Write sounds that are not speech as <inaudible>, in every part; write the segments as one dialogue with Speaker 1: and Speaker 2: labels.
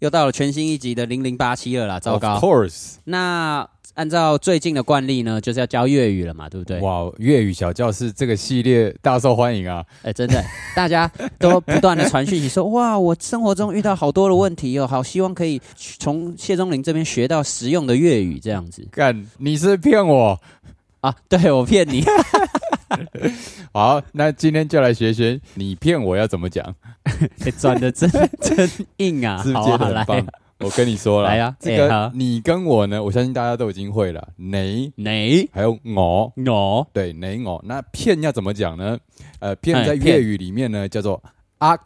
Speaker 1: 又到了全新一集的零零八七了啦，糟糕
Speaker 2: Of。course，
Speaker 1: 那按照最近的惯例呢，就是要教粤语了嘛，对不对？
Speaker 2: 哇，粤语小教室这个系列大受欢迎啊！
Speaker 1: 哎、真的， <laughs> 大家都不断的传讯息说，哇，我生活中遇到好多的问题哦，好希望可以从谢钟林这边学到实用的粤语这样子
Speaker 2: 干，你是骗我？
Speaker 1: 啊。对我骗你， <laughs>
Speaker 2: 好，那今天就来学学你骗我要怎么讲，
Speaker 1: 哎转的真真硬啊，
Speaker 2: <laughs> 是不
Speaker 1: 好
Speaker 2: 是觉
Speaker 1: 啊，
Speaker 2: 得
Speaker 1: 来
Speaker 2: 很棒
Speaker 1: 啊，？
Speaker 2: 我跟你说
Speaker 1: <laughs> 来
Speaker 2: 了，
Speaker 1: 啊，
Speaker 2: 这
Speaker 1: 哎
Speaker 2: 个
Speaker 1: 好
Speaker 2: 你跟我呢，我相信大家都已经会了。你
Speaker 1: 你
Speaker 2: 还有我，
Speaker 1: 我
Speaker 2: 对，你我。那骗要怎么讲呢？呃，骗
Speaker 1: 哎
Speaker 2: 在
Speaker 1: 骗
Speaker 2: 粤语里面呢叫做啊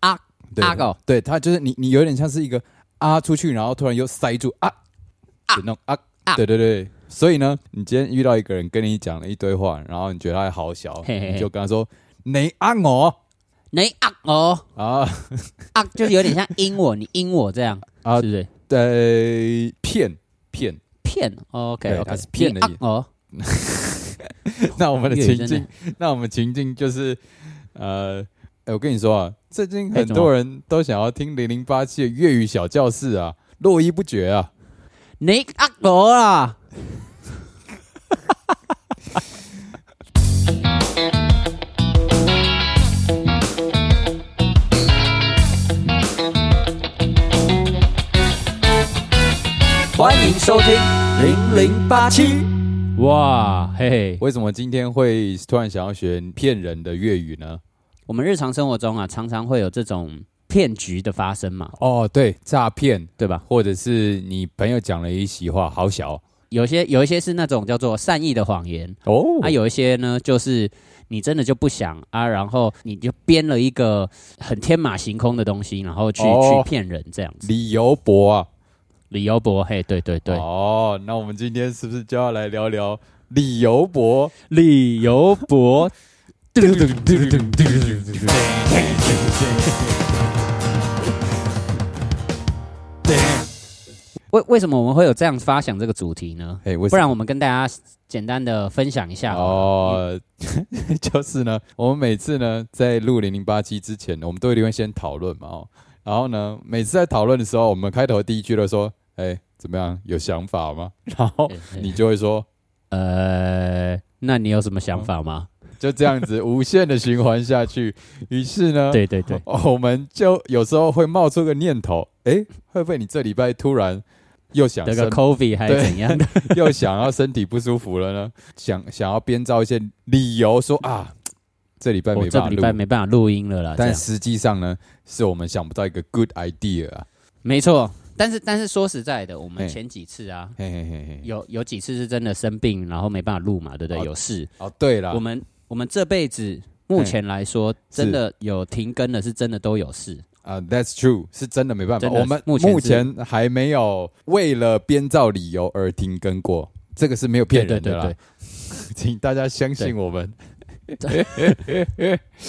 Speaker 1: 啊
Speaker 2: 对
Speaker 1: 啊狗
Speaker 2: 对，它就是你你有点像是一个啊出去，然后突然又塞住啊
Speaker 1: 啊
Speaker 2: 的那种啊
Speaker 1: 啊
Speaker 2: 对对对。所以呢，你今天遇到一个人跟你讲了一堆话，然后你觉得他好小，
Speaker 1: 嘿嘿嘿
Speaker 2: 你就跟他说你啊我
Speaker 1: 你啊我
Speaker 2: 啊
Speaker 1: 啊，就有点像阴我，你阴我这样
Speaker 2: 啊
Speaker 1: 是不是？
Speaker 2: 对骗骗。
Speaker 1: 骗，OK 哦
Speaker 2: 对
Speaker 1: OK，
Speaker 2: 他是骗的意思
Speaker 1: 哦，
Speaker 2: 那我们的
Speaker 1: 粤语
Speaker 2: 情
Speaker 1: 真
Speaker 2: 境，那我们情境就是呃，哎我跟你说啊，最近
Speaker 1: 哎
Speaker 2: 很
Speaker 1: 怎么
Speaker 2: 多人都想要听零零八七的粤语小教室啊，络绎不绝啊。
Speaker 1: 你啊我啊，欢迎收听
Speaker 2: 零零八七。
Speaker 1: 哇嘿嘿，
Speaker 2: 为什么今天会突然想要学骗人的粤语呢？
Speaker 1: 我们日常生活中啊，常常会有这种骗局的发生嘛，
Speaker 2: 哦，对，诈骗，
Speaker 1: 对吧？
Speaker 2: 或者是你朋友讲了一席话，好小
Speaker 1: 有些有一些是那种叫做善意的谎言，
Speaker 2: 哦
Speaker 1: 啊，有一些呢，就是你真的就不想啊，然后你就编了一个很天马行空的东西，然后去、
Speaker 2: 哦
Speaker 1: 去骗人这样子。
Speaker 2: 理由博啊，
Speaker 1: 理由博，嘿，对对对，
Speaker 2: 哦，那我们今天是不是就要来聊聊理由博？
Speaker 1: 理由博， <laughs> 为为什么我们会有这样发想这个主题呢？
Speaker 2: 哎，为什么
Speaker 1: 不然我们跟大家简单的分享一下哦。
Speaker 2: 哦， <laughs> 就是呢，我们每次呢在录零零八七之前，我们都一定会先讨论嘛哦。然后呢，每次在讨论的时候，我们开头第一句都说：“哎，怎么样？有想法吗？” <laughs> 然后
Speaker 1: 哎哎
Speaker 2: 你就会说
Speaker 1: 呃，那你有什么想法吗？：“
Speaker 2: 就这
Speaker 1: <laughs>
Speaker 2: 样子无限的循环下去。”于是呢，
Speaker 1: 对对对，
Speaker 2: 哦，我们就有时候会冒出个念头：“哎，会不会你这礼拜突然又想
Speaker 1: 得
Speaker 2: 生
Speaker 1: 个 COVID 还是
Speaker 2: 啊对
Speaker 1: 怎样
Speaker 2: <laughs>
Speaker 1: 的？
Speaker 2: 又想要身体不舒服了呢？想想要编造一些理由说啊，这礼拜
Speaker 1: 我
Speaker 2: 没
Speaker 1: 这
Speaker 2: 办法
Speaker 1: 礼
Speaker 2: 录。
Speaker 1: 拜没办法录音了啊啦，这
Speaker 2: 但
Speaker 1: 样。
Speaker 2: 实际上呢，是我们想不到一个 good idea 啊。
Speaker 1: 没错，但是但是说实在的，我们
Speaker 2: 嘿
Speaker 1: 前几次啊，
Speaker 2: 嘿嘿嘿嘿。
Speaker 1: 有有几次是真的生病，然后没办法录嘛，对不对？
Speaker 2: 哦
Speaker 1: 有事，
Speaker 2: 哦，对了
Speaker 1: 我，们我们这辈子目前来说，真的有停更的，是真的都有事。
Speaker 2: 啊、t h a t s true，是真的没办法。
Speaker 1: 真的
Speaker 2: 我们
Speaker 1: 目
Speaker 2: 目
Speaker 1: 前
Speaker 2: 前
Speaker 1: 是
Speaker 2: 还没有为了编造理由而停更过，这个是没有骗
Speaker 1: 对
Speaker 2: 人
Speaker 1: 对
Speaker 2: 的啦。
Speaker 1: 对，
Speaker 2: <laughs> 请大家相信我们。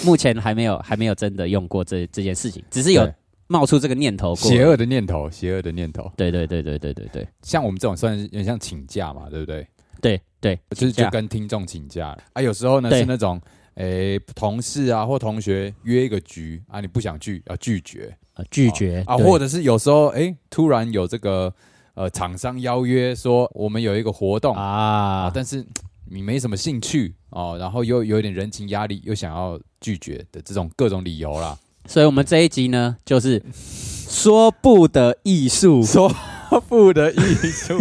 Speaker 1: 目前还没有还没有真的用过这这件事情，只是有
Speaker 2: 对
Speaker 1: 冒出这个念头过。
Speaker 2: 邪恶的念头，邪恶的念头，
Speaker 1: 对对对对对对对
Speaker 2: 像我们这种算是有点像请假嘛，对不对？
Speaker 1: 对对，
Speaker 2: 就是
Speaker 1: 请假
Speaker 2: 就跟听众请假啊，有时候呢
Speaker 1: 对
Speaker 2: 是那种诶、同事啊或同学约一个局啊，你不想去要拒绝，
Speaker 1: 呃拒绝
Speaker 2: 啊，或
Speaker 1: 者
Speaker 2: 者是有时候哎、诶突然有这个呃厂商邀约说我们有一个活动啊
Speaker 1: 啊，
Speaker 2: 但是嘖你没什么兴趣哦，然后又有一点人情压力，又想要拒绝的这种各种理由啦。
Speaker 1: 所以我们这一集呢，就是说不的艺术，
Speaker 2: <laughs> 说不的艺
Speaker 1: <laughs>
Speaker 2: 术，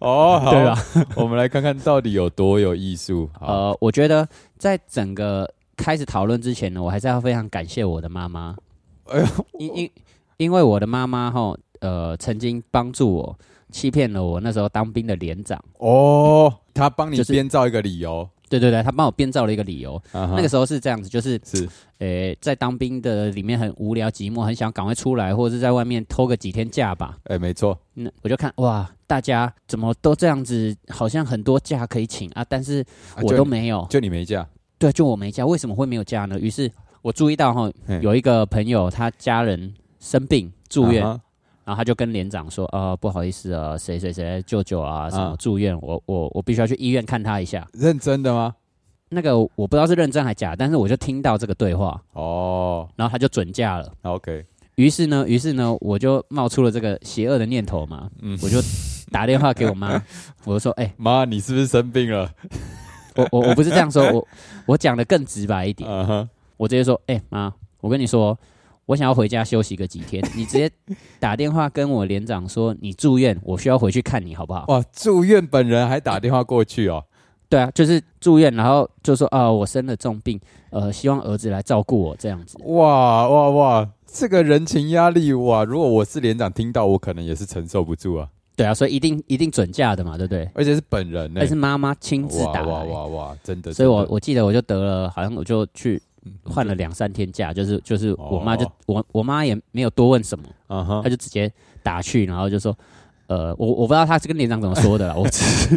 Speaker 2: 哦，好，
Speaker 1: 对吧？啊
Speaker 2: <laughs> 我们来看看到底有多有艺术。好，
Speaker 1: 呃，我觉得在整个开始讨论之前呢，我还是要非常感谢我的妈妈，呃
Speaker 2: 哎呦
Speaker 1: 因因因为我的妈妈哈，呃，曾经帮助我，欺骗了我那时候当兵的连长。
Speaker 2: <laughs> 哦，他帮你
Speaker 1: 就是
Speaker 2: 编造一个理由，
Speaker 1: 对对对，他帮我编造了一个理由。
Speaker 2: 那
Speaker 1: 那个时候是这样子，就是
Speaker 2: 是
Speaker 1: 呃，在当兵的里面很无聊寂寞，很想赶快出来，或者是在外面偷个几天假吧。
Speaker 2: 哎，没错，
Speaker 1: 那我就看哇，大家怎么都这样子，好像很多假可以请啊，但是
Speaker 2: 啊
Speaker 1: 我
Speaker 2: 就
Speaker 1: 都
Speaker 2: 你
Speaker 1: 没有。
Speaker 2: 就你没假，
Speaker 1: 对，就我没加，为什么会没有加呢？于是我注意到哈
Speaker 2: 嘿，
Speaker 1: 有一个朋友他家人生病住院，
Speaker 2: 啊哈
Speaker 1: 然后他就跟连长说，呃，不好意思啊，谁谁谁舅舅啊，什么
Speaker 2: 嗯
Speaker 1: 住院，我我我必须要去医院看他一下。
Speaker 2: 认真的吗？
Speaker 1: 那个我不知道是认真还假，但是我就听到这个对话，
Speaker 2: 哦
Speaker 1: 然后他就准假了。
Speaker 2: ，OK，
Speaker 1: 于是呢，于是呢，我就冒出了这个邪恶的念头嘛，
Speaker 2: 嗯
Speaker 1: 我就打电话给我妈，我就说，哎、
Speaker 2: 妈，你是不是生病了？
Speaker 1: 我我我不是这样说，我我讲的更直白一点，
Speaker 2: 嗯哼，
Speaker 1: 我直接说，哎、妈，我跟你说，哦我想要回家休息个几天，你直接打电话跟我连长说你住院，我需要回去看你好不好？
Speaker 2: 哇，住院本人还打电话过去哦，
Speaker 1: 对啊，就是住院，然后就说啊、我生了重病，呃，希望儿子来照顾我这样子。
Speaker 2: 哇哇哇，这个人情压力哇，如果我是连长听到，我可能也是承受不住啊，
Speaker 1: 对啊，所以一定一定准假的嘛，对不对？
Speaker 2: 而且是本人呢、
Speaker 1: 但是妈妈亲自
Speaker 2: 哇
Speaker 1: 打
Speaker 2: 哇
Speaker 1: 来，
Speaker 2: 哇哇，真的，
Speaker 1: 所以我
Speaker 2: 真的嗯
Speaker 1: 我记得我就得了，好像我就去换了两三天假，就是就是我妈就、
Speaker 2: 哦
Speaker 1: 我我妈也没有多问什么，
Speaker 2: 嗯哼
Speaker 1: 她，就直接打去，然后就说。呃，我我不知道她是跟连长怎么说的啦，我只是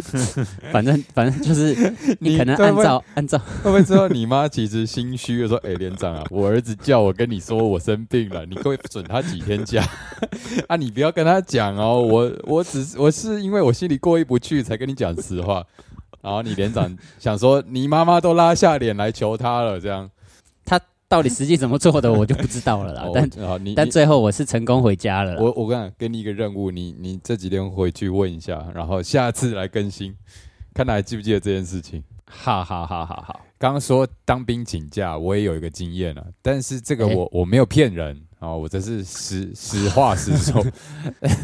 Speaker 2: <laughs>
Speaker 1: 反正反正就是你可能
Speaker 2: 会
Speaker 1: 按
Speaker 2: 不会
Speaker 1: 照按照
Speaker 2: 会不会之后你妈其实心虚的说：“哎、连长啊，我儿子叫我跟你说我生病了，你可以准他几天假 <laughs> 啊？你不要跟他讲哦，我我只是我是因为我心里过意不去才跟你讲实话。”然后你连长想说：“你妈妈都拉下脸来求他了，这样。
Speaker 1: 到底实际怎么做的，我就不知道了啦。
Speaker 2: 哦”
Speaker 1: 啊但
Speaker 2: 好，你
Speaker 1: 但
Speaker 2: 你
Speaker 1: 最后我是成功回家了啦。
Speaker 2: 我我跟你讲，给你一个任务，你你这几天回去问一下，然后下次来更新，看他还记不记得这件事情。
Speaker 1: 好好好好好，
Speaker 2: 刚刚说当兵请假，我也有一个经验啊，但是这个
Speaker 1: 哎
Speaker 2: 我、我没有骗人啊、我这是实实话实
Speaker 1: <laughs>
Speaker 2: 说。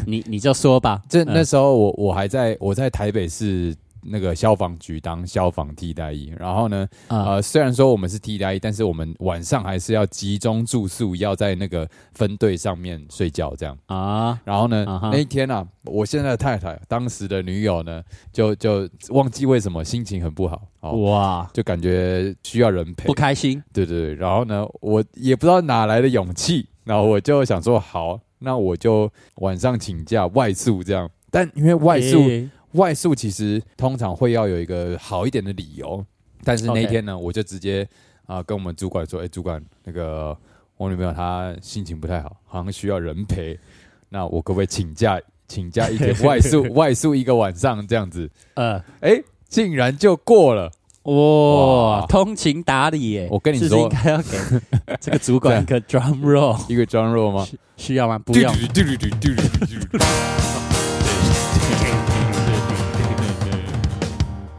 Speaker 1: 你你就说吧。
Speaker 2: 这
Speaker 1: 嗯
Speaker 2: 那时候我我还在我在台北市那个消防局当消防替代役，然后呢，
Speaker 1: 啊
Speaker 2: 呃，虽然说我们是替代役，但是我们晚上还是要集中住宿，要在那个分队上面睡觉这样。
Speaker 1: 啊
Speaker 2: 然后呢
Speaker 1: 啊哈
Speaker 2: 那一天啊，我现在的太太，当时的女友呢，就就忘记为什么心情很不好，哦，
Speaker 1: 哇，
Speaker 2: 就感觉需要人陪
Speaker 1: 不。开心
Speaker 2: 对对对，然后呢，我也不知道哪来的勇气，然后我就想说，好，那我就晚上请假外宿这样。但因为外宿，
Speaker 1: 哎
Speaker 2: 外宿其实通常会要有一个好一点的理由，但是那
Speaker 1: OK
Speaker 2: 天呢我就直接啊、跟我们主管说，哎、主管，那个我女朋友她心情不太好，好像需要人陪，那我可不可以请假请假一天外宿外宿一个晚上这样子？
Speaker 1: 呃
Speaker 2: 哎、竟然就过了。
Speaker 1: 哇
Speaker 2: 哇，
Speaker 1: 通情达理耶！
Speaker 2: 我跟你
Speaker 1: 是不是
Speaker 2: 说
Speaker 1: 应该要
Speaker 2: <laughs>
Speaker 1: 给这个主管一个 drum roll，
Speaker 2: 一个 John Roll 吗？
Speaker 1: 需需要吗？不
Speaker 2: <laughs>
Speaker 1: 用。
Speaker 2: 嘟嘟嘟嘟嘟嘟嘟嘟嘟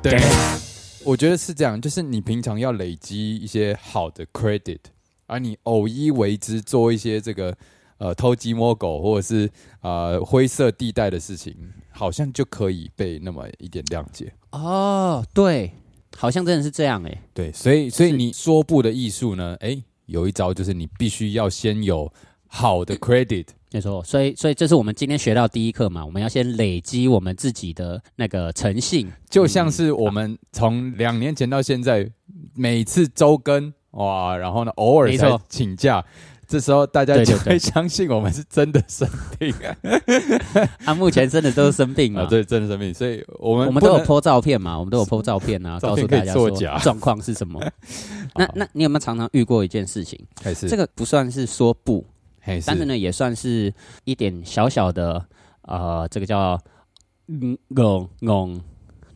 Speaker 2: 对，我觉得是这样，就是你平常要累积一些好的 credit，而你偶一为之做一些这个呃偷鸡摸狗或者是呃灰色地带的事情，好像就可以被那么一点谅解。
Speaker 1: 哦，对，好像真的是这样哎。
Speaker 2: 对，所以所以
Speaker 1: 是
Speaker 2: 你说不的艺术呢，诶，有一招就是你必须要先有好的 credit，
Speaker 1: 没错，所以所以这是我们今天学到第一课嘛，我们要先累积我们自己的那个诚信。
Speaker 2: 就像
Speaker 1: 嗯
Speaker 2: 是我们从两年前到现在，每次周更哇，然后呢偶尔
Speaker 1: 没
Speaker 2: 才
Speaker 1: 错
Speaker 2: 请假，这时候大家
Speaker 1: 对对
Speaker 2: 就
Speaker 1: 对
Speaker 2: 会相信我们是真的生病
Speaker 1: <laughs> 啊，目前真的都是生病
Speaker 2: 啊，
Speaker 1: 嘛，
Speaker 2: 对，真的生病，所以我们
Speaker 1: 我们
Speaker 2: 不
Speaker 1: 都有
Speaker 2: 能
Speaker 1: po 照片嘛，我们都有 po 照片啊，
Speaker 2: 照
Speaker 1: 告
Speaker 2: 片
Speaker 1: 诉
Speaker 2: 可以
Speaker 1: 大家
Speaker 2: 作
Speaker 1: 说
Speaker 2: 假
Speaker 1: 状况是什么。那
Speaker 2: 好
Speaker 1: 那你有没有常常遇过一件事情？
Speaker 2: 还哎是
Speaker 1: 这个不算是说不，
Speaker 2: 还是
Speaker 1: 但是呢，也算是一点小小的呃，这个叫嗯嗯嗯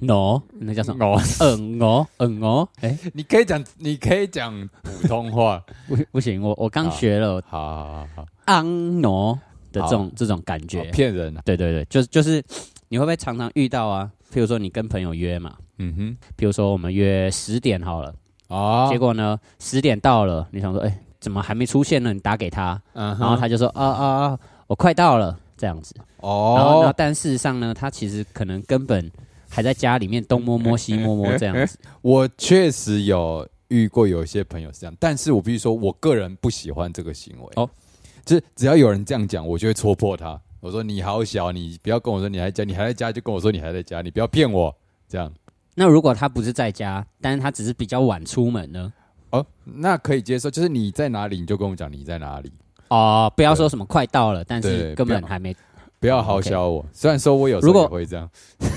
Speaker 1: 喏，那叫什么？
Speaker 2: 哦， <laughs>
Speaker 1: 嗯哦嗯哦，哎，
Speaker 2: 你可以讲，你可以讲普通话，
Speaker 1: 不不行，我我刚
Speaker 2: 好
Speaker 1: 学了
Speaker 2: 好好好好，
Speaker 1: 昂喏的这种这种感觉
Speaker 2: 好，骗人啊，
Speaker 1: 对对对，就是就是你会不会常常遇到啊？譬如说你跟朋友约嘛，
Speaker 2: 嗯
Speaker 1: 譬如说我们约十点好了，
Speaker 2: 哼，啊
Speaker 1: 结，果呢十点到了，你想说哎怎么还没出现呢？你打给他，
Speaker 2: 然
Speaker 1: 然后他就说啊啊啊，我快到了这样子。然后呢
Speaker 2: 哦，，
Speaker 1: 但事实上呢，他其实可能根本还在家里面东摸摸西摸
Speaker 2: <laughs>
Speaker 1: 摸这样子。
Speaker 2: 我确实有遇过有一些朋友是这样，但是我必须说，我个人不喜欢这个行为。
Speaker 1: 哦，
Speaker 2: 就是只要有人这样讲，我就会戳破他。我说你好小，你不要跟我说你还在家，你还在家就跟我说你还在家，你不要骗我。这样
Speaker 1: 那如果他不是在家，但是他只是比较晚出门呢？
Speaker 2: 哦，那可以接受，就是你在哪里你就跟我讲你在哪里，
Speaker 1: 哦，不要说什么快到了，但
Speaker 2: 对
Speaker 1: 是根
Speaker 2: 不要
Speaker 1: 本还没。
Speaker 2: 不要好小我。虽然说我有时
Speaker 1: 如
Speaker 2: 候
Speaker 1: 果
Speaker 2: 也会这样，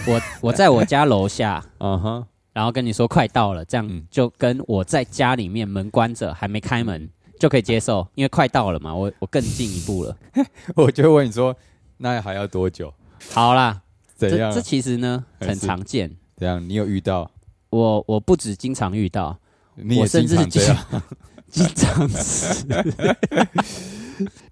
Speaker 1: 我我在我家楼下，
Speaker 2: 嗯哼，
Speaker 1: 然后跟你说快到了，这
Speaker 2: 嗯
Speaker 1: 样就跟我在家里面门关着还没开门就可以接受，因为快到了嘛，我我更进一步
Speaker 2: <laughs>
Speaker 1: 了。
Speaker 2: <laughs> 我就会问你说那还要多久？
Speaker 1: 好啦，
Speaker 2: 怎样
Speaker 1: 这这？其实呢
Speaker 2: 还
Speaker 1: 很
Speaker 2: 是
Speaker 1: 常见，
Speaker 2: 怎样？你有遇到？
Speaker 1: 我我不止经常遇到，
Speaker 2: 你
Speaker 1: 我 <laughs>
Speaker 2: 也
Speaker 1: 甚
Speaker 2: 经
Speaker 1: 至是 <laughs>
Speaker 2: 常这样？
Speaker 1: 经经常是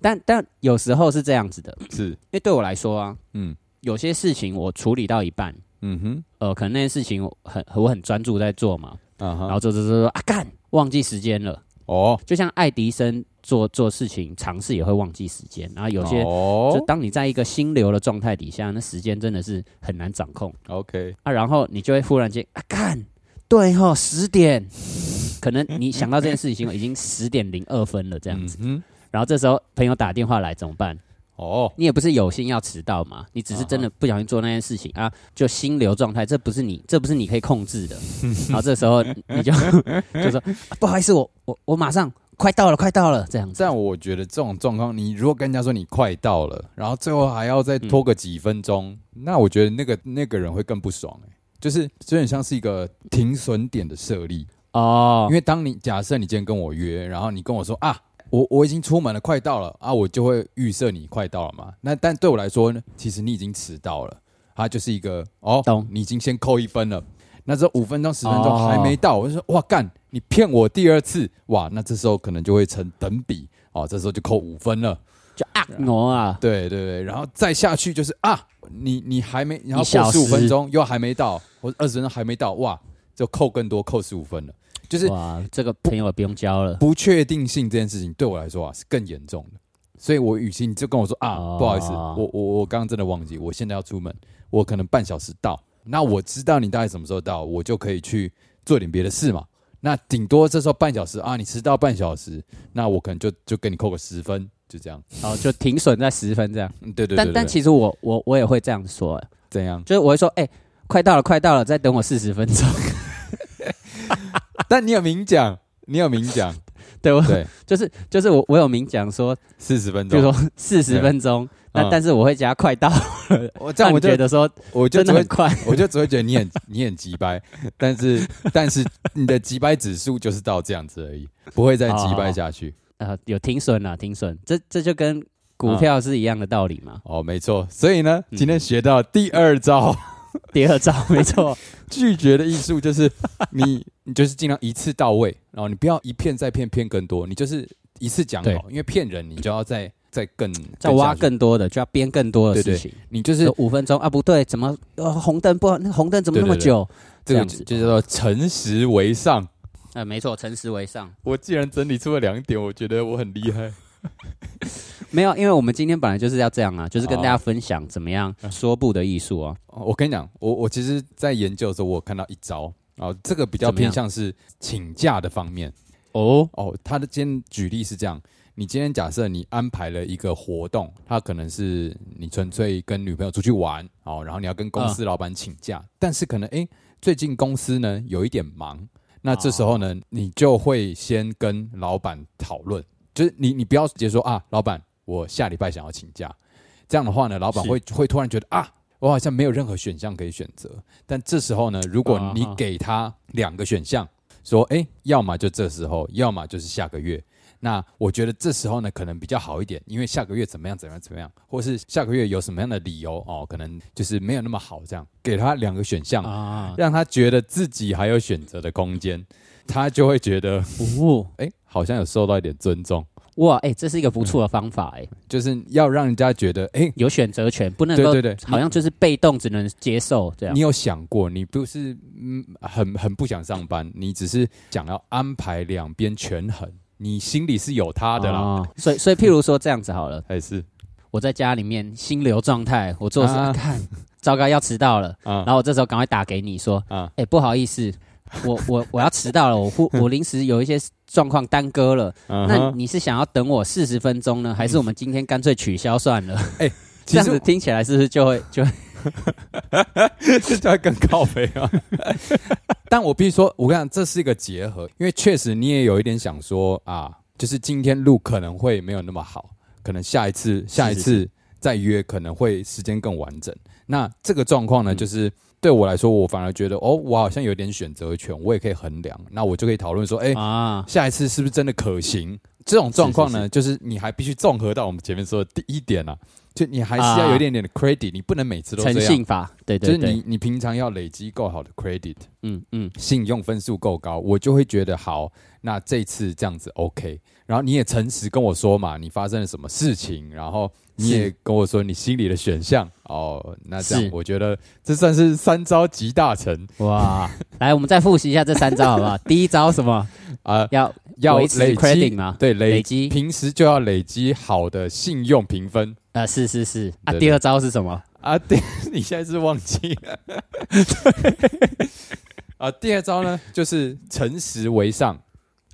Speaker 1: 但但有时候是这样子的，
Speaker 2: 是，
Speaker 1: 因为对我来说啊，
Speaker 2: 嗯
Speaker 1: 有些事情我处理到一半，
Speaker 2: 嗯哼，
Speaker 1: 呃，可能那件事情我很我很专注在做嘛，
Speaker 2: 啊
Speaker 1: 然
Speaker 2: 哈，
Speaker 1: 后做做做做啊干，忘记时间了。
Speaker 2: 哦，
Speaker 1: 就像爱迪生做做事情，尝试也会忘记时间，然后有些。就
Speaker 2: 哦
Speaker 1: 当你在一个心流的状态底下，那时间真的是很难掌控
Speaker 2: ，OK，
Speaker 1: 啊。然后你就会忽然间啊，干，对哈、十点，可能你想到这件事情已经十点零二分了这样子。
Speaker 2: 嗯哼，
Speaker 1: 然后这时候朋友打电话来怎么办？
Speaker 2: 哦，
Speaker 1: 你也不是有心要迟到嘛，你只是
Speaker 2: 啊
Speaker 1: 真的不小心做那件事情啊，就心流状态，这不是你，这不是你可以控制
Speaker 2: <laughs>
Speaker 1: 的。然后这时候你就 <laughs> 就说、啊不好意思，我我我马上快到了，快到了，这样子。
Speaker 2: 这样我觉得这种状况，你如果跟人家说你快到了，然后最后还要再拖个几分钟，那我觉得那个那个人会更不爽、欸、就是有点像是一个停损点的设立，
Speaker 1: 哦
Speaker 2: 因，为当你假设你今天跟我约，然后你跟我说啊，我我已经出门了，快到了啊，我就会预设你快到了嘛。那但对我来说呢，其实你已经迟到了，它就是一个哦，
Speaker 1: 懂
Speaker 2: 你已经先扣一分了。那这五分钟、十分钟
Speaker 1: 哦
Speaker 2: 还没到，我就说哇干，你骗我第二次哇，那这时候可能就会成等比哦，这时候就扣五分了。
Speaker 1: 就啊挪啊，
Speaker 2: 对对对，然后再下去就是啊，你你还没，然后
Speaker 1: 一小
Speaker 2: 过十
Speaker 1: 时
Speaker 2: 五分钟又还没到，或者二十分钟还没到，哇，就扣更多，扣十五分了，就是
Speaker 1: 哇，这个朋友不用交了。
Speaker 2: 不确定性这件事情对我来说啊是更严重的，所以我与其你就跟我说啊，
Speaker 1: 哦
Speaker 2: 不好意思，我我我刚刚真的忘记，我现在要出门，我可能半小时到，那我知道你大概什么时候到，我就可以去做点别的事嘛。那顶多这时候半小时啊，你迟到半小时，那我可能就就给你扣个十分，就这样。 <laughs>
Speaker 1: 哦，就停损在十分这样。
Speaker 2: 嗯，对对对
Speaker 1: 但
Speaker 2: 对
Speaker 1: 但其实我我我也会这样说，？
Speaker 2: 怎样
Speaker 1: 就是我会说，哎、快到了，快到了，再等我四十分钟。 <laughs>
Speaker 2: 但你有明讲，你有明讲，
Speaker 1: 对我 <laughs>
Speaker 2: 对，
Speaker 1: 就是就是我我有明讲说，
Speaker 2: 四十分
Speaker 1: 比如
Speaker 2: 钟。
Speaker 1: 说四十分钟，那、
Speaker 2: 嗯
Speaker 1: 但是我会加快到， <laughs>
Speaker 2: 我这
Speaker 1: 这样
Speaker 2: 样我
Speaker 1: 你
Speaker 2: 就
Speaker 1: 觉得说
Speaker 2: 我就
Speaker 1: 真
Speaker 2: 只
Speaker 1: 的
Speaker 2: 会
Speaker 1: 很快。
Speaker 2: 我就只会觉得你很 <laughs> 你很急掰，但是但是你的急掰指数就是到这样子而已，不会再急掰下去。
Speaker 1: 呃，有停损啦，停损，这这就跟股票是一样的道理嘛。
Speaker 2: 哦，没错，所以呢，
Speaker 1: 嗯
Speaker 2: 今天学到第二招、嗯
Speaker 1: 第二招 <laughs> 没
Speaker 2: <laughs>
Speaker 1: 错，
Speaker 2: 拒绝的艺术，就是你你就是尽量一次到位，然后你不要一骗再骗，骗更多，你就是一次讲
Speaker 1: 对
Speaker 2: 好，因为骗人你就要再再更
Speaker 1: 再挖，
Speaker 2: 下去
Speaker 1: 更多的，就要编更多的
Speaker 2: 对对
Speaker 1: 事情。
Speaker 2: 你就是
Speaker 1: 是五分钟啊？不对，怎么呃红灯不好？那红灯怎么那么
Speaker 2: 对对对
Speaker 1: 久？这
Speaker 2: 这个
Speaker 1: 样
Speaker 2: 就
Speaker 1: 子
Speaker 2: 就叫做诚实为上。
Speaker 1: 呃，没错，诚实为上。
Speaker 2: 我既然整理出了两点，我觉得我很厉害。
Speaker 1: <laughs> 没有，因为我们今天本来就是要这样啊，就是跟
Speaker 2: 哦嗯
Speaker 1: 大家分享怎么样说不的艺术啊。
Speaker 2: 哦我跟你讲，我我其实，在研究的时候，我有看到一招哦，这个比较
Speaker 1: 怎么样
Speaker 2: 偏向是请假的方面
Speaker 1: 哦，
Speaker 2: 哦。他的今天举例是这样：你今天假设你安排了一个活动，它可能是你纯粹跟女朋友出去玩哦，然后你要跟公
Speaker 1: 嗯
Speaker 2: 司老板请假，但是可能诶，最近公司呢有一点忙，那这时候呢，
Speaker 1: 哦
Speaker 2: 你就会先跟老板讨论，就是你你不要直接说啊，老板，我下礼拜想要请假，这样的话呢，老板
Speaker 1: 是
Speaker 2: 会会突然觉得啊。我好像没有任何选项可以选择，但这时候呢，如果你
Speaker 1: 啊哈
Speaker 2: 给他两个选项，说，诶，要么就这时候，要么就是下个月，那我觉得这时候呢，可能比较好一点，因为下个月怎么样怎么样怎么样，或是下个月有什么样的理由哦，可能就是没有那么好，这样给他两个选项，
Speaker 1: 啊，
Speaker 2: 让他觉得自己还有选择的空间，他就会觉得
Speaker 1: 哦，
Speaker 2: 哎、诶好像有受到一点尊重，
Speaker 1: 哇，哎、这是一个不错的方法、哎，
Speaker 2: 就是要让人家觉得哎。诶
Speaker 1: 有选择权，不能
Speaker 2: 对
Speaker 1: 够
Speaker 2: 对对
Speaker 1: 好像就是被动，只能接受这样
Speaker 2: 你。有想过，你不是嗯很很不想上班，你只是想要安排两边权衡，你心里是有他的啦，
Speaker 1: 哦所以所以譬如说这样子好了，
Speaker 2: 还是
Speaker 1: 我在家里面心流状态，我做事、
Speaker 2: 啊
Speaker 1: 看， <laughs> 糟糕要迟到了，
Speaker 2: 啊
Speaker 1: 然后我这时候赶快打给你说，哎、
Speaker 2: 啊
Speaker 1: 不好意思，我我我要迟到了，我忽我临时有一些状况耽搁了，
Speaker 2: 嗯
Speaker 1: 那
Speaker 2: 哼嗯
Speaker 1: 你是想要等我四十分钟呢，还是我们今天干脆取消算
Speaker 2: <laughs>
Speaker 1: 了？这
Speaker 2: 其
Speaker 1: 样
Speaker 2: 实
Speaker 1: 子听起来是不是就会
Speaker 2: <laughs>
Speaker 1: 就会 <laughs>
Speaker 2: 这就会更靠背啊。 <laughs> 但我必须说，我跟你讲，这是一个结合，因为确实你也有一点想说啊，就是今天录可能会没有那么好，可能下一次下一次再约可能会时间更完整。那这个状况呢，
Speaker 1: 嗯
Speaker 2: 就是对我来说，我反而觉得哦，我好像有点选择权，我也可以衡量，那我就可以讨论说，哎、
Speaker 1: 啊，
Speaker 2: 下一次是不是真的可行？这种状况呢，
Speaker 1: 是
Speaker 2: 就是你还必须综合到我们前面说的第一点啊，就你还是要
Speaker 1: 啊
Speaker 2: 有一点点的 credit，、你不能每次都这
Speaker 1: 诚
Speaker 2: 样。
Speaker 1: 信法，对
Speaker 2: 就是
Speaker 1: 对对，
Speaker 2: 你，你平常要累积够好的 credit，
Speaker 1: 嗯嗯，
Speaker 2: 信用分数够高，我就会觉得好，那这次这样子 OK。然后你也诚实跟我说嘛，你发生了什么事情，然后你
Speaker 1: 是
Speaker 2: 也跟我说你心里的选项哦。那这样
Speaker 1: 是
Speaker 2: 我觉得这算是三招集大成
Speaker 1: 哇，来，我们再复习一下这三招好
Speaker 2: <laughs>
Speaker 1: 不好？第一招什么？
Speaker 2: 啊、
Speaker 1: 要
Speaker 2: 要
Speaker 1: 维持
Speaker 2: 累积
Speaker 1: credit 嘛
Speaker 2: 对，累
Speaker 1: 累积
Speaker 2: 平时就要累积好的信用评分
Speaker 1: 呃，是是是啊。
Speaker 2: 对对
Speaker 1: 第二招是什么？
Speaker 2: 啊。对， <laughs> 你现在是忘记了。 <laughs> 啊，第二招呢，就是诚实为上。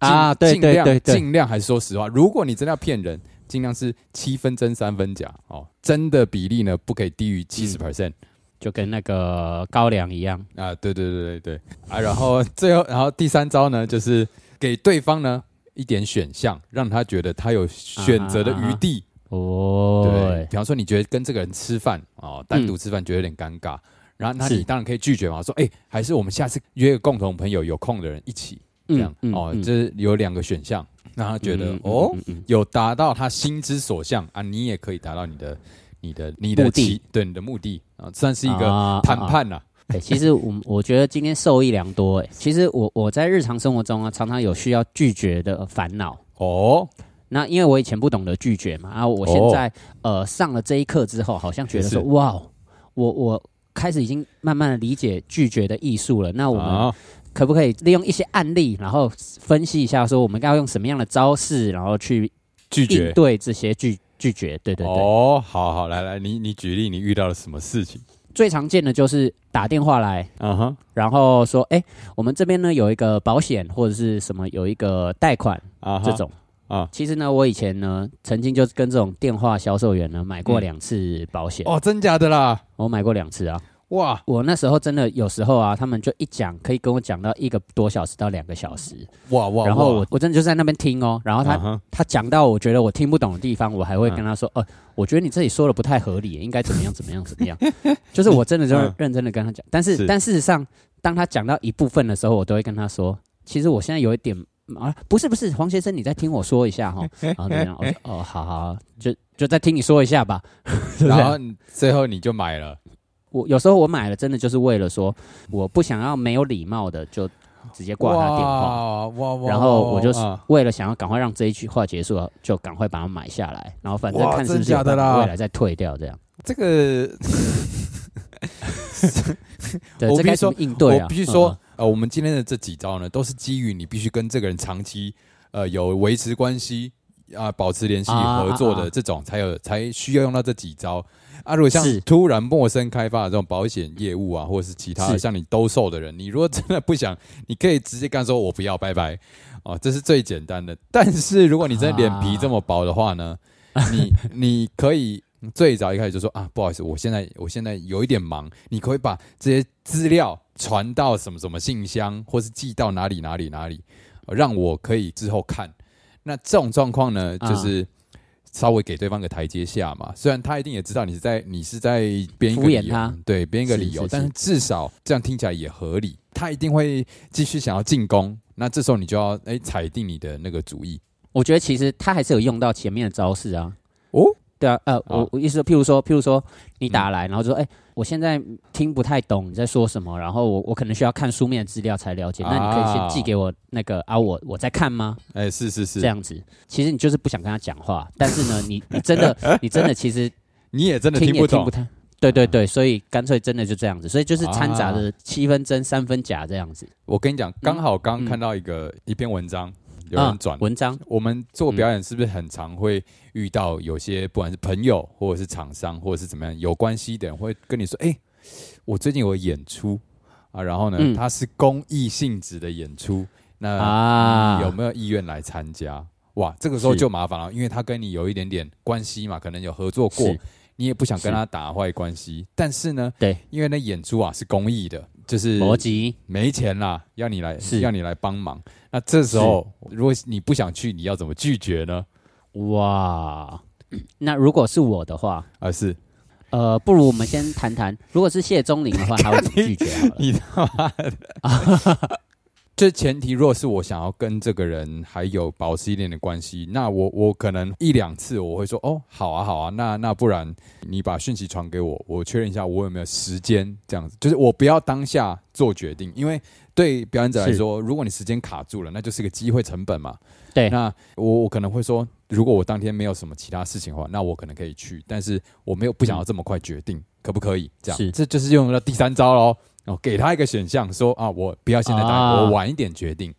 Speaker 2: 尽
Speaker 1: 啊，对
Speaker 2: 尽
Speaker 1: 对
Speaker 2: 量
Speaker 1: 对对，
Speaker 2: 尽量还是说实话。如果你真的要骗人，尽量是七分真三分假哦，真的比例呢不可以低于七十
Speaker 1: 嗯
Speaker 2: percent
Speaker 1: 就跟那个高粱一样，
Speaker 2: 啊。对对对对对啊，然后最后，然后第三招呢，就是给对方呢一点选项，让他觉得他有选择的余地。对
Speaker 1: 哦，，
Speaker 2: 比方说你觉得跟这个人吃饭哦，单独吃饭觉得有点尴尬，然后那你
Speaker 1: 嗯是
Speaker 2: 当然可以拒绝嘛，说哎，还是我们下次约个共同朋友，有空的人一起这样哦，
Speaker 1: 嗯
Speaker 2: 这是有两个选项，让他觉得
Speaker 1: 嗯嗯嗯
Speaker 2: 哦
Speaker 1: 嗯嗯嗯
Speaker 2: 有达到他心之所向啊，你也可以达到你的你的你的
Speaker 1: 目的
Speaker 2: 期对你的目的啊，算是一个
Speaker 1: 啊
Speaker 2: 谈
Speaker 1: 啊
Speaker 2: 判啦。
Speaker 1: 对，其实我我觉得今天受益良多哎。其实我我在日常生活中啊，常常有需要拒绝的烦恼。
Speaker 2: 哦，
Speaker 1: 那因为我以前不懂得拒绝嘛，啊，我现在、呃上了这一课之后，好像觉得说
Speaker 2: 哦是
Speaker 1: 哇哦，我我开始已经慢慢的理解拒绝的艺术了。那我们
Speaker 2: 啊，
Speaker 1: 可不可以利用一些案例，然后分析一下，说我们该要用什么样的招式，然后去
Speaker 2: 拒
Speaker 1: 应
Speaker 2: 绝
Speaker 1: 对这些拒拒绝？对对对，
Speaker 2: 哦，好好来来，你你举例你遇到了什么事情？
Speaker 1: 最常见的就是打电话来，
Speaker 2: 嗯哼，
Speaker 1: 然后说，哎、我们这边呢有一个保险或者是什么有一个贷款
Speaker 2: 啊哈
Speaker 1: 这种
Speaker 2: 啊
Speaker 1: 其实呢，我以前呢曾经就跟这种电话销售员呢买过
Speaker 2: 嗯
Speaker 1: 两次保险，
Speaker 2: 哦，真假的啦，
Speaker 1: 我买过两次啊。
Speaker 2: 哇，
Speaker 1: 我那时候真的有时候啊，他们就一讲可以跟我讲到一个多小时到两个小时，
Speaker 2: 哇哇，
Speaker 1: 然后
Speaker 2: 哇
Speaker 1: 我我真的就在那边听哦，然后他、
Speaker 2: 嗯哼
Speaker 1: 他讲到我觉得我听不懂的地方，我还会跟他说，哦、我觉得你这里说的不太合理，应该怎么样怎么样怎么样， <laughs> 就是我真的就
Speaker 2: 嗯
Speaker 1: 认真的跟他讲，但是
Speaker 2: 是
Speaker 1: 但事实上，当他讲到一部分的时候，我都会跟他说，其实我现在有一点啊，不是不是，黄先生，你再听我说一下哈，然后怎么样，我说哦，好好，就就再听你说一下吧，是不是
Speaker 2: 然后你最后你就买了，
Speaker 1: 我有时候我买了，真的就是为了说，我不想要没有礼貌的就直接挂他电话，
Speaker 2: 哇哇哇！
Speaker 1: 然后我就
Speaker 2: 哇啊
Speaker 1: 为了想要赶快让这一句话结束，就赶快把它买下来，然后反正
Speaker 2: 哇
Speaker 1: 看是不是
Speaker 2: 真假的啦
Speaker 1: 有办法未来再退掉这样。
Speaker 2: 这个，
Speaker 1: 对，
Speaker 2: 我
Speaker 1: 这
Speaker 2: 必须
Speaker 1: 该怎么应对啊？
Speaker 2: 我必须
Speaker 1: 嗯
Speaker 2: 说，，呃，我们今天的这几招呢，都是基于你必须跟这个人长期呃有维持关系啊、保持联系、
Speaker 1: 啊
Speaker 2: 合作
Speaker 1: 啊
Speaker 2: 的
Speaker 1: 啊
Speaker 2: 这种，才有才需要用到这几招啊。如果像
Speaker 1: 是
Speaker 2: 突然陌生开发的这种保险业务啊，或者是其他的
Speaker 1: 是
Speaker 2: 像你兜售的人，你如果真的不想，你可以直接跟他说我不要，拜拜哦，这是最简单的。但是如果你真的脸皮这么薄的话呢，
Speaker 1: <laughs>
Speaker 2: 你你可以最早一开始就说啊，不好意思，我现在我现在有一点忙，你可以把这些资料传到什么什么信箱，或是寄到哪里哪里哪里，呃让我可以之后看。那这种状况呢，
Speaker 1: 啊
Speaker 2: 就是稍微给对方个台阶下嘛。虽然他一定也知道你是在你是在编一个
Speaker 1: 敷衍
Speaker 2: 理由
Speaker 1: 他，
Speaker 2: 对，编一个理
Speaker 1: 是
Speaker 2: 由，
Speaker 1: 是是
Speaker 2: 但是至少这样听起来也合理。他一定会继续想要进攻，那这时候你就要哎踩定你的那个主意
Speaker 1: 我觉得其实他还是有用到前面的招式啊。
Speaker 2: 哦。
Speaker 1: 对啊，呃，
Speaker 2: 啊
Speaker 1: 我我意思说，譬如说，譬如说，你打来，然后就说，哎、我现在听不太懂你在说什么，然后我我可能需要看书面资料才了解，那你可以
Speaker 2: 啊
Speaker 1: 先寄给我那个啊，我我再看吗？
Speaker 2: 哎，是是是，
Speaker 1: 这样子，其实你就是不想跟他讲话，但是呢，你你真的
Speaker 2: <laughs>
Speaker 1: 你真的其实
Speaker 2: 你也真的
Speaker 1: 听
Speaker 2: 听
Speaker 1: 也
Speaker 2: 不
Speaker 1: 听
Speaker 2: 懂啊
Speaker 1: 不太，对对对，所以干脆真的就这样子，所以就是掺杂着七分真三分假这样子。
Speaker 2: 我跟你讲，刚好
Speaker 1: 嗯
Speaker 2: 刚看到一个、一篇文章，有人
Speaker 1: 啊
Speaker 2: 转、
Speaker 1: 文嗯章
Speaker 2: 我们做表演是不是很常会遇到有些不管是朋友或者是厂商或者是怎么样有关系的人会跟你说，哎、我最近有个演出啊，然后呢，
Speaker 1: 嗯
Speaker 2: 它是公益性质的演出，那、
Speaker 1: 啊，
Speaker 2: 呃有没有意愿来参加？哇，这个时候
Speaker 1: 是
Speaker 2: 就麻烦了，因为他跟你有一点点关系嘛，可能有合作过
Speaker 1: 是，
Speaker 2: 你也不想跟他打坏关系。但是呢，
Speaker 1: 对，哦
Speaker 2: 因为那演出啊是公益的，就是
Speaker 1: 逻辑？
Speaker 2: 没钱啦，要你来
Speaker 1: 是
Speaker 2: 要你来帮忙。那这时候，如果你不想去，你要怎么拒绝呢？
Speaker 1: 哇，那如果是我的话，
Speaker 2: 啊而、是
Speaker 1: 呃，不如我们先谈谈，如果是谢钟林的话，他会
Speaker 2: <laughs>
Speaker 1: 怎么拒绝好了？
Speaker 2: 你他妈的！这前提，若是我想要跟这个人还有保持一点点关系，那我我可能一两次我会说哦，好啊，好啊，那那不然你把讯息传给我，我确认一下我有没有时间，这样子，就是我不要当下做决定，因为对表演者来说，如果你时间卡住了，那就是个机会成本嘛。
Speaker 1: 对
Speaker 2: 那我我可能会说，如果我当天没有什么其他事情的话，那我可能可以去，但是我没有不想要这么快决定，可不可以？这样，
Speaker 1: 嗯是
Speaker 2: 这就是用到第三招喽。哦，给他一个选项，说啊，我不要现在答，
Speaker 1: 啊
Speaker 2: 我晚一点决定。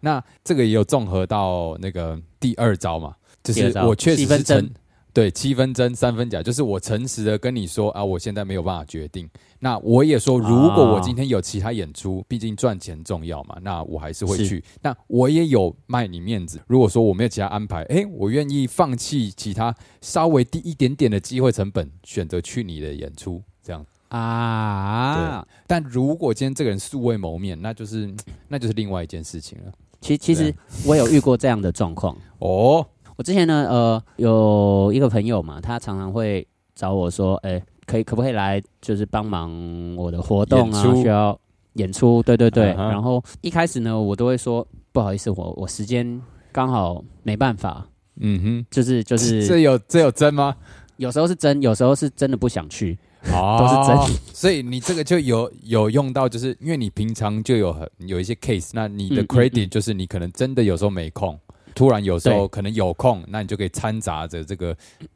Speaker 2: 那这个也有综合到那个第二招嘛，就
Speaker 1: 第二
Speaker 2: 是
Speaker 1: 招
Speaker 2: 我确实
Speaker 1: 七分
Speaker 2: 是
Speaker 1: 真
Speaker 2: 诚，对，七分真三分假，就是我诚实的跟你说啊，我现在没有办法决定。那我也
Speaker 1: 啊
Speaker 2: 说，如果我今天有其他演出，毕竟赚钱重要嘛，那我还是会
Speaker 1: 是
Speaker 2: 去。那我也有卖你面子。如果说我没有其他安排，诶，我愿意放弃其他稍微低一点点的机会成本，选择去你的演出，这样。
Speaker 1: 啊，
Speaker 2: 但如果今天这个人素未谋面，那就是 <clears throat> 那就是另外一件事情了。
Speaker 1: 其其实我有遇过这样的状况。
Speaker 2: 哦，
Speaker 1: 我之前呢，呃，有一个朋友嘛，他常常会找我说，哎、可以可不可以来，就是帮忙我的活动啊
Speaker 2: 演，出
Speaker 1: 需要演出，对对对。
Speaker 2: 嗯哼
Speaker 1: 然后一开始呢，我都会说不好意思，我我时间刚好没办法，
Speaker 2: 嗯哼，
Speaker 1: 就是就
Speaker 2: 这
Speaker 1: 是
Speaker 2: 有这有真吗？
Speaker 1: 有时候是真，有时候是真的不想去，
Speaker 2: 哦，真。所以你这个就有有用到，就是因为你平常就有很有一些 case，那你的
Speaker 1: 嗯嗯
Speaker 2: credit 就是你可能真的有时候没空，突然有时候
Speaker 1: 对
Speaker 2: 可能有空，那你就可以掺杂着这个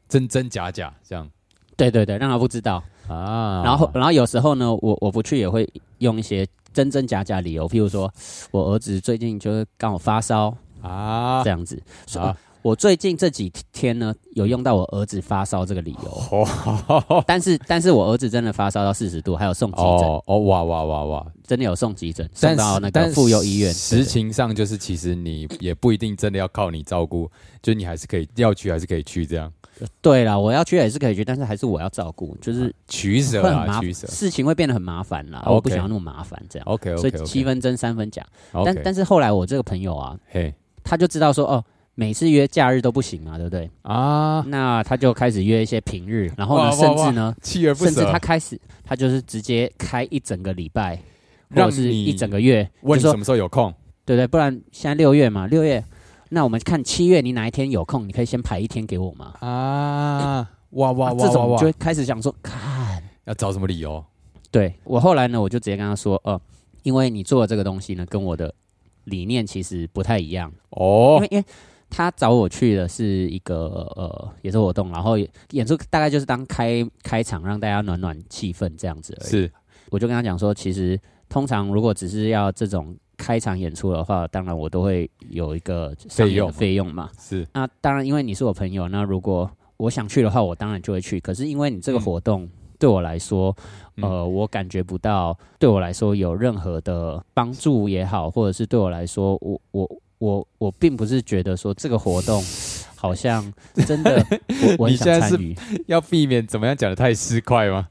Speaker 2: 真真假假这样
Speaker 1: 对对对，让他不知道。
Speaker 2: 啊
Speaker 1: 然后，然后有时候呢，我我不去也会用一些真真假假理由，譬如说我儿子最近就是刚好发烧
Speaker 2: 啊
Speaker 1: 这样子，说、
Speaker 2: 啊
Speaker 1: 我最近这几天呢有用到我儿子发烧这个理由，
Speaker 2: 哦
Speaker 1: 但是但是我儿子真的发烧到四十度，还有送急诊，
Speaker 2: <laughs> 哦哦哇哇哇哇！
Speaker 1: 真的有送急诊，送
Speaker 2: 但
Speaker 1: 到
Speaker 2: 是
Speaker 1: 那个
Speaker 2: 但
Speaker 1: 妇幼医院。对
Speaker 2: 实
Speaker 1: 对
Speaker 2: 情上就是，其实你也不一定真的要靠你照顾，就你还是可以要去，还是可以去这样
Speaker 1: 对啦，我要去也是可以去，但是还是我要照顾，就是
Speaker 2: 取舍
Speaker 1: 会很麻
Speaker 2: 啊，
Speaker 1: 烦，
Speaker 2: 取舍。
Speaker 1: 事情会变得很麻烦啦。
Speaker 2: OK
Speaker 1: 我不想要那么麻烦这样，
Speaker 2: OK
Speaker 1: 所
Speaker 2: OK
Speaker 1: 以七
Speaker 2: OK
Speaker 1: 分真三分假。但
Speaker 2: OK，
Speaker 1: 但是后来我这个朋友啊，
Speaker 2: 嘿
Speaker 1: 他就知道说哦。每次约假日都不行嘛，对不对？
Speaker 2: 啊，
Speaker 1: 那他就开始约一些平日，然后呢，
Speaker 2: 哇
Speaker 1: 甚
Speaker 2: 哇
Speaker 1: 至呢，
Speaker 2: 锲而不
Speaker 1: 甚
Speaker 2: 舍，
Speaker 1: 至他开始，他就是直接开一整个礼拜，或
Speaker 2: 让
Speaker 1: 者是
Speaker 2: 你
Speaker 1: 一整个月，就
Speaker 2: 问你
Speaker 1: 说
Speaker 2: 什么时候有空
Speaker 1: 对对，不然现在六月嘛，六月，那我们看七月你哪一天有空，你可以先排一天给我嘛。
Speaker 2: 啊？哇哇
Speaker 1: 啊
Speaker 2: 哇
Speaker 1: 这
Speaker 2: 哇
Speaker 1: 种就
Speaker 2: 哇
Speaker 1: 会！开始想说，看，
Speaker 2: 要找什么理由？
Speaker 1: 对我后来呢，我就直接跟他说，呃，因为你做的这个东西呢，跟我的理念其实不太一样，因
Speaker 2: 哦
Speaker 1: 为因为。他找我去的是一个呃也是活动，然后也演出大概就是当开开场让大家暖暖气氛这样子而已。
Speaker 2: 是
Speaker 1: 我就跟他讲说，其实通常如果只是要这种开场演出的话，当然我都会有一个上演的费用嘛。
Speaker 2: 是
Speaker 1: 那当然，因为你是我朋友，那如果我想去的话，我当然就会去。可是因为你这个活动对我来说，
Speaker 2: 嗯
Speaker 1: 呃，我感觉不到对我来说有任何的帮助也好，或者是对我来说，我我我我并不是觉得说这个活动好像真
Speaker 2: <laughs>
Speaker 1: 的我我很
Speaker 2: 你现
Speaker 1: 想
Speaker 2: 在是
Speaker 1: 参与。
Speaker 2: 要避免怎么样讲的太失快吗？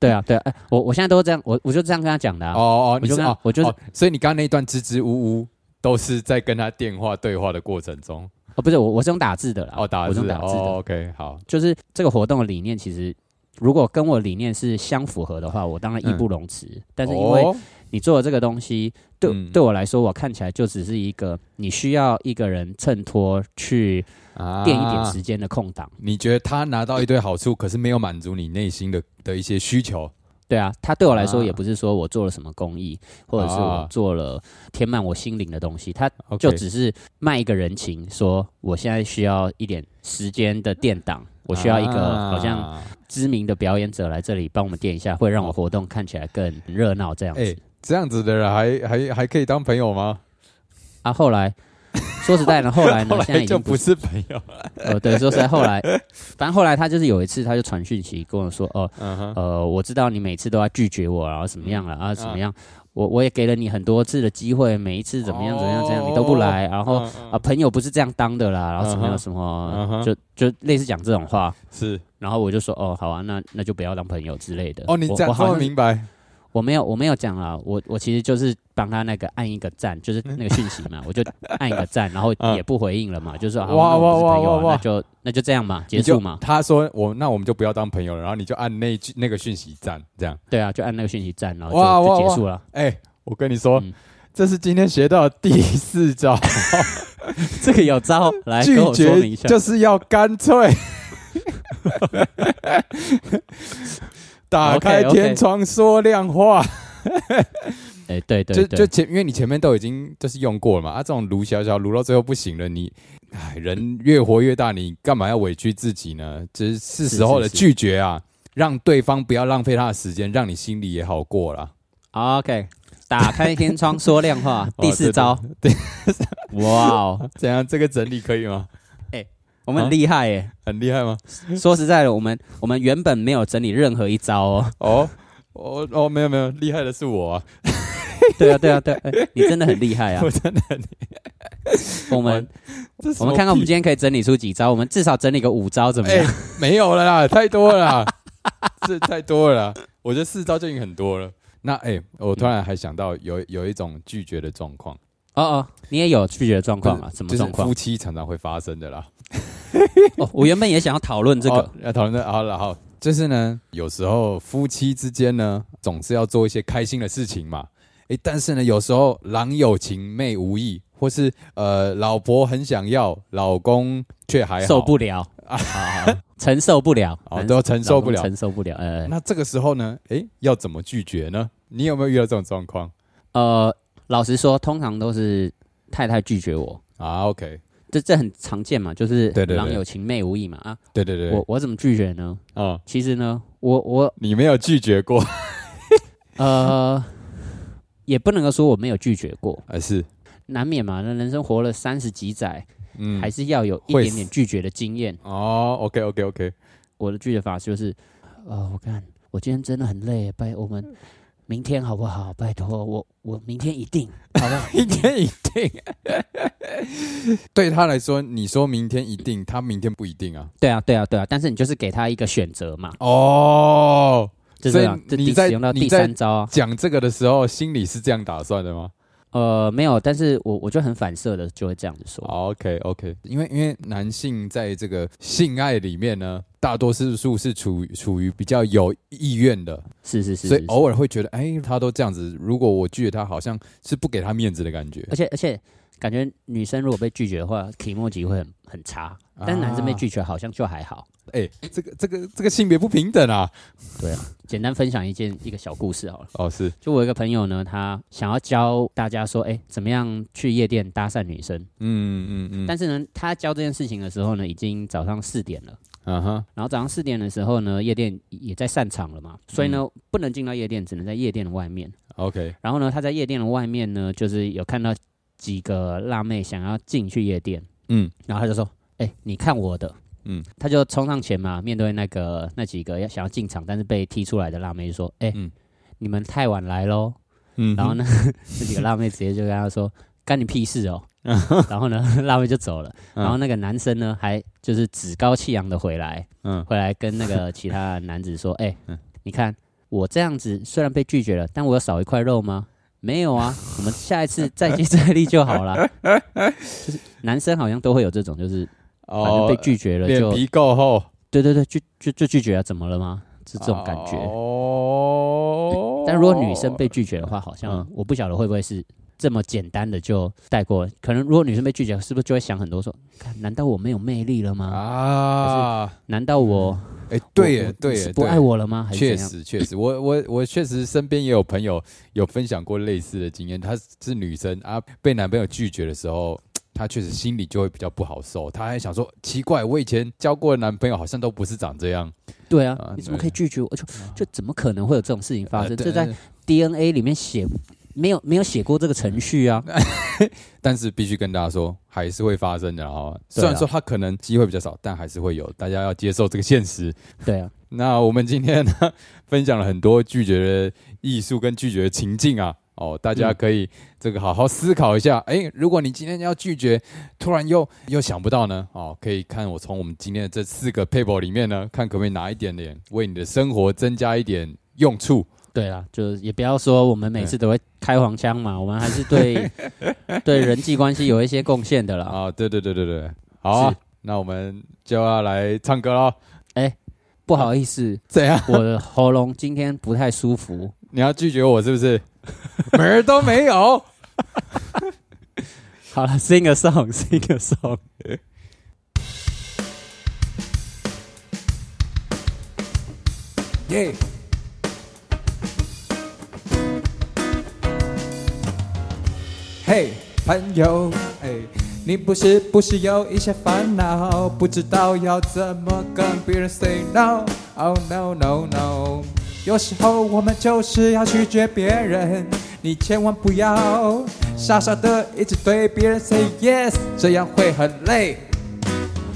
Speaker 1: 对啊，对啊，哎我我现在都这样，我我就这样跟他讲的啊。
Speaker 2: 哦哦，你
Speaker 1: 我就是跟他
Speaker 2: 哦，
Speaker 1: 我就是
Speaker 2: 哦，所以你刚刚那一段支支吾吾都是在跟他电话对话的过程中
Speaker 1: 哦，不是我，我是用打字的啦。
Speaker 2: 哦，打
Speaker 1: 我是
Speaker 2: 字
Speaker 1: 用
Speaker 2: 的
Speaker 1: 打字的。
Speaker 2: 哦，OK，好，
Speaker 1: 就是这个活动的理念，其实如果跟我理念是相符合的话，我当然义不容辞。但是因为
Speaker 2: 嗯哦
Speaker 1: 你做的这个东西，对、
Speaker 2: 嗯
Speaker 1: 对我来说，我看起来就只是一个你需要一个人衬托去
Speaker 2: 啊
Speaker 1: 垫一点时间的空档。
Speaker 2: 你觉得他拿到一堆好处，可是没有满足你内心的的一些需求
Speaker 1: 对啊，它对我来说
Speaker 2: 啊
Speaker 1: 也不是说我做了什么公益，或者是我
Speaker 2: 啊
Speaker 1: 做了填满我心灵的东西，它
Speaker 2: ，OK，
Speaker 1: 就只是卖一个人情，说我现在需要一点时间的垫档，我需要一个
Speaker 2: 啊
Speaker 1: 好像。知名的表演者来这里帮我们垫一下，会让我活动看起来更热闹这样子。
Speaker 2: 哎这样子的人还还还可以当朋友吗？
Speaker 1: 啊，后来说实
Speaker 2: <laughs>
Speaker 1: 在呢，后来呢，
Speaker 2: 后
Speaker 1: 现在
Speaker 2: 来
Speaker 1: 已
Speaker 2: 就
Speaker 1: 经
Speaker 2: 不
Speaker 1: 不是
Speaker 2: 是朋
Speaker 1: <laughs>
Speaker 2: 友，
Speaker 1: 呃，对，说实在，后来反正后来他就是有一次，他就传讯息跟我说，哦、
Speaker 2: 嗯哼。
Speaker 1: 呃，我知道你每次都要拒绝我，然后怎么样
Speaker 2: 嗯
Speaker 1: 了啊，怎么样，我我也给了你很多次的机会，每一次怎么样怎么样怎么样，你都不来，然后。
Speaker 2: 嗯嗯
Speaker 1: 啊，朋友不是这样当的啦，然后什么
Speaker 2: 嗯
Speaker 1: 样
Speaker 2: 哼
Speaker 1: 什么
Speaker 2: 嗯哼
Speaker 1: 就就类似讲这种话，
Speaker 2: 是
Speaker 1: 然后我就说哦，好啊，那那就不要当朋友之类的。
Speaker 2: 哦，你
Speaker 1: 我
Speaker 2: 讲
Speaker 1: 我
Speaker 2: 这
Speaker 1: 好
Speaker 2: 么
Speaker 1: 像是
Speaker 2: 明白
Speaker 1: 我没有，我没有讲啊，我我其实就是帮他那个按一个赞，就是那个讯息
Speaker 2: <laughs>
Speaker 1: 嘛，我就按一个赞，然后
Speaker 2: 嗯
Speaker 1: 也不回应了嘛，就说啊，
Speaker 2: 哇
Speaker 1: 那我们不是
Speaker 2: 哇
Speaker 1: 朋友啊
Speaker 2: 哇哇
Speaker 1: 那就那就这样嘛，结
Speaker 2: 你就
Speaker 1: 束嘛，
Speaker 2: 他说我那我们就不要当朋友了，然后你就按那一句那个讯息赞这样。
Speaker 1: 对啊，就按那个讯息赞，然后
Speaker 2: 哇
Speaker 1: 就
Speaker 2: 哇
Speaker 1: 就
Speaker 2: 哇
Speaker 1: 结束了。
Speaker 2: 哎、我跟你说，
Speaker 1: 嗯
Speaker 2: 这是今天学到的第四招，
Speaker 1: 这个有招，来
Speaker 2: 拒
Speaker 1: 跟我说明
Speaker 2: 绝
Speaker 1: 一下。
Speaker 2: 就是要干
Speaker 1: <laughs>
Speaker 2: 脆。打开
Speaker 1: OK，OK
Speaker 2: 天窗说亮话，
Speaker 1: 哎，对对
Speaker 2: 就就
Speaker 1: 对，
Speaker 2: 前，因为你前面都已经就是用过了嘛，啊，这种撸小小撸到最后不行了，你，哎，人越活越大，你干嘛要委屈自己呢？就是是时候的
Speaker 1: 是是
Speaker 2: 拒绝啊，让对方不要浪费他的时间，让你心里也好过啦。
Speaker 1: 啊 OK，打开天窗说亮
Speaker 2: <laughs>
Speaker 1: 话，第四招，
Speaker 2: 哦对
Speaker 1: <laughs> 哇哦，
Speaker 2: 怎样？这个整理可以吗？
Speaker 1: 我们
Speaker 2: 啊
Speaker 1: 很厉害耶！
Speaker 2: 很厉害吗？
Speaker 1: 说实在的，我们我们原本没有整理任何一招
Speaker 2: <laughs>
Speaker 1: 哦。
Speaker 2: 哦，哦哦，没有没有，厉害的是我啊，
Speaker 1: 对啊，对啊，对啊，哎你真的很厉害啊
Speaker 2: <laughs> 我！真的很，
Speaker 1: 我们
Speaker 2: 这是
Speaker 1: 我们看看我们今
Speaker 2: 天
Speaker 1: 天可以整理出几招，我们至少整理个五招怎么
Speaker 2: 哎
Speaker 1: 样？、
Speaker 2: 没有了啦，太多了啦，这太多了啦，我觉得四招就已经很多了。那哎、我突然还想到有有一种拒绝的状况，
Speaker 1: 哦哦，你也有拒绝的状况啊？什么
Speaker 2: 就是
Speaker 1: 状况
Speaker 2: 夫？妻常常会发生的啦。
Speaker 1: <laughs> 哦，我原本也想要讨论这
Speaker 2: 哦
Speaker 1: 个，
Speaker 2: 要讨论的好了，好，就是呢，有时候夫妻之间呢，总是要做一些开心的事情嘛。诶，但是呢，有时候郎有情妹无意，或是呃，老婆很想要，老公却还好
Speaker 1: 受不了啊，好好 <laughs> 承受不了，
Speaker 2: 哦，都承受不
Speaker 1: 老
Speaker 2: 了
Speaker 1: 公。承受不了。呃
Speaker 2: 那这个时候呢，诶，要怎么拒绝呢？你有没有遇到这种状况
Speaker 1: 呃，老实说，通常都是太太拒绝我，
Speaker 2: 啊？OK，
Speaker 1: 这这很常见嘛，就是
Speaker 2: 对对对
Speaker 1: 郎有情妹无意嘛啊，
Speaker 2: 对对对，
Speaker 1: 我我怎么拒绝呢？
Speaker 2: 啊、嗯，
Speaker 1: 其实呢，我我
Speaker 2: 你没有拒绝
Speaker 1: <laughs>
Speaker 2: 过，
Speaker 1: 呃，也不能够说我没有拒绝过，
Speaker 2: 还是
Speaker 1: 难免嘛，那人生活了三十几载，
Speaker 2: 嗯
Speaker 1: 还是要有一
Speaker 2: 会
Speaker 1: 点点拒绝的经验。
Speaker 2: 哦，OK OK OK，
Speaker 1: 我的拒绝法就是，呃，我看我今天真的很累，拜我
Speaker 2: 嗯
Speaker 1: 们明天好不好？拜托我，我明天一
Speaker 2: <laughs>
Speaker 1: 定，好吧？
Speaker 2: 明天一定。对他来说，你说明天一定，他明天不一定啊。
Speaker 1: 对啊，对啊，对啊。但是你就是给他一个选择嘛，
Speaker 2: 哦，
Speaker 1: 就
Speaker 2: 所
Speaker 1: 是
Speaker 2: 以
Speaker 1: 啊这
Speaker 2: 你
Speaker 1: 第
Speaker 2: 在
Speaker 1: 使用到
Speaker 2: 你
Speaker 1: 第
Speaker 2: 在
Speaker 1: 三招啊。
Speaker 2: 讲这个的时候，心里是这样打算的吗
Speaker 1: 呃，没有，但是我我就很反射的就会这样子说。
Speaker 2: 哦？OK OK，因啊为因为男性在这个性爱里面呢，大多数是处于处于比较有意愿的，
Speaker 1: 是是是
Speaker 2: 所
Speaker 1: 是
Speaker 2: 以偶尔会觉得，哎，他都这样子，如果我拒绝他，好像是不给他面子的感觉
Speaker 1: <laughs> 而。且而且感觉女生如果被拒绝的话，题目集会很很差，但是男
Speaker 2: 啊
Speaker 1: 生被拒绝好像就还好。
Speaker 2: 哎，这个这个这个性别不平等啊！
Speaker 1: 简单分享一件一个小故事好了。
Speaker 2: 哦，是，
Speaker 1: 就我有一个朋友呢，他想要教大家说，哎、怎么样去夜店搭讪女生。
Speaker 2: 嗯嗯嗯，
Speaker 1: 但是呢，他教这件事情的时候呢，已经早上四点了。
Speaker 2: 嗯哼，
Speaker 1: 然后早上四点的时候呢，夜店也在散场了嘛，所以呢，
Speaker 2: 嗯
Speaker 1: 不能进到夜店，只能在夜店的外面。
Speaker 2: OK，
Speaker 1: 然后呢，他在夜店的外面呢，就是有看到几个辣妹想要进去夜店，
Speaker 2: 嗯
Speaker 1: 然后他就说：“哎、你看我的。”
Speaker 2: 嗯，
Speaker 1: 他就冲上前嘛，面对那个那几个要想要进场但是被踢出来的辣妹，就说：“哎、
Speaker 2: 嗯
Speaker 1: 你们太晚来喽。”
Speaker 2: 嗯
Speaker 1: 然后？
Speaker 2: <laughs>
Speaker 1: 呢，那几个辣妹直接就跟他说：“干你屁事哦！”然后呢，辣妹就走了。
Speaker 2: 嗯
Speaker 1: 然后那个男生呢，还就是趾高气扬的回来，
Speaker 2: 嗯
Speaker 1: 回来跟那个其他的男子说：“哎、
Speaker 2: 嗯
Speaker 1: 你看我这样子虽然被拒绝了，但我有少一块肉吗？没有啊，我们下一次再接再厉就好了。”就是男生好像都会有这种，就是反正被拒绝了
Speaker 2: 哦脸
Speaker 1: 就
Speaker 2: 皮够厚，
Speaker 1: 对对对，就就就拒绝了，怎么了吗？是这种感觉。
Speaker 2: 哦
Speaker 1: 但如果女生被拒绝的话，好像
Speaker 2: 嗯
Speaker 1: 我不晓得会不会是这么简单的就带过。可能如果女生被拒绝，是不是就会想很多说，看难道我没有魅力了吗？
Speaker 2: 啊，
Speaker 1: 难道我
Speaker 2: 哎，
Speaker 1: 我
Speaker 2: 对
Speaker 1: 我
Speaker 2: 耶，对
Speaker 1: 你是
Speaker 2: 耶，
Speaker 1: 不
Speaker 2: 对
Speaker 1: 爱。我了吗？还是
Speaker 2: 确
Speaker 1: 怎样？
Speaker 2: 实，确实，我我我确实身边也有朋友有分享过类似的经验。她是女生啊，被男朋友拒绝的时候，她确实心里就会比较不好受。她还想说，奇怪，我以前交过的男朋友好像都不是长这样。
Speaker 1: 对啊
Speaker 2: 啊，
Speaker 1: 你怎么可以拒绝我？就就怎么可能会有这种事情发生？
Speaker 2: 呃对
Speaker 1: 这在 DNA 里面写没有没有写过这个程序
Speaker 2: <laughs>
Speaker 1: 啊。
Speaker 2: 但是必须跟大家说，还是会发生的哦。
Speaker 1: 对啊
Speaker 2: 虽然说她可能机会比较少，但还是会有，大家要接受这个现实。
Speaker 1: 对啊，
Speaker 2: 那我们今天呢， <laughs> 分享了很多拒绝的艺术跟拒绝的情境啊。哦，大家
Speaker 1: 嗯
Speaker 2: 可以这个好好思考一下。诶，如果你今天要拒绝，突然又又想不到呢，哦，可以看我从我们今天的这四个 paper 里面呢，看可不可以拿一点点，为你的生活增加一点用处。
Speaker 3: 对啦，就是也不要说我们每次都会开黄腔嘛，我们还是
Speaker 2: <laughs>
Speaker 3: 对对人际关系有一些贡献的啦。
Speaker 2: 啊，对对对对对，好啊、
Speaker 3: 是
Speaker 2: 那我们就要来唱歌喽。
Speaker 1: 哎
Speaker 3: 不好意思，
Speaker 2: 怎样？
Speaker 3: 我的喉咙今天不太舒服，
Speaker 2: 你要拒绝我是不是？门儿都没有。
Speaker 3: 好了，sing a song，sing a song。
Speaker 2: 耶、嘿，朋友，哎，你不是不是有一些烦恼，不知道要怎么跟别人 say no？Oh no no no！有时候我们就是要拒绝别人，你千万不要傻傻的一直对别人 say yes，这样会很累。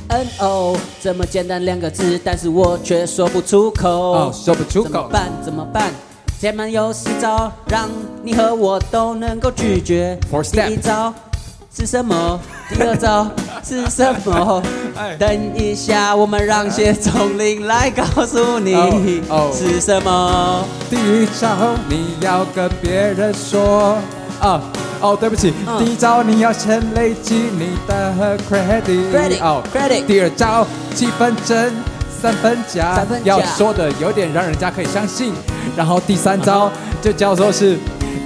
Speaker 3: N O，这么简单两个字，但是我却说不出口。
Speaker 2: 哦，说不出
Speaker 3: 怎么
Speaker 2: 口。
Speaker 3: 办？怎么办？前面有四招，让你和我都能够拒绝。
Speaker 2: Four
Speaker 3: 第
Speaker 2: step
Speaker 3: 一招是什么？第二招是什么
Speaker 2: 哎？
Speaker 3: 等一下，我们让谢总林来告诉你
Speaker 2: 哦哦
Speaker 3: 是什么。
Speaker 2: 第一招你要跟别人说啊。哦，对不起，
Speaker 3: 嗯
Speaker 2: 第一招你要先累积你的 credit，,
Speaker 3: Credit，
Speaker 2: 哦
Speaker 3: credit
Speaker 2: 第二招七分真，三分假，
Speaker 3: 三分假
Speaker 2: 要说的有点让人家可以相信。然后第三招、就叫做是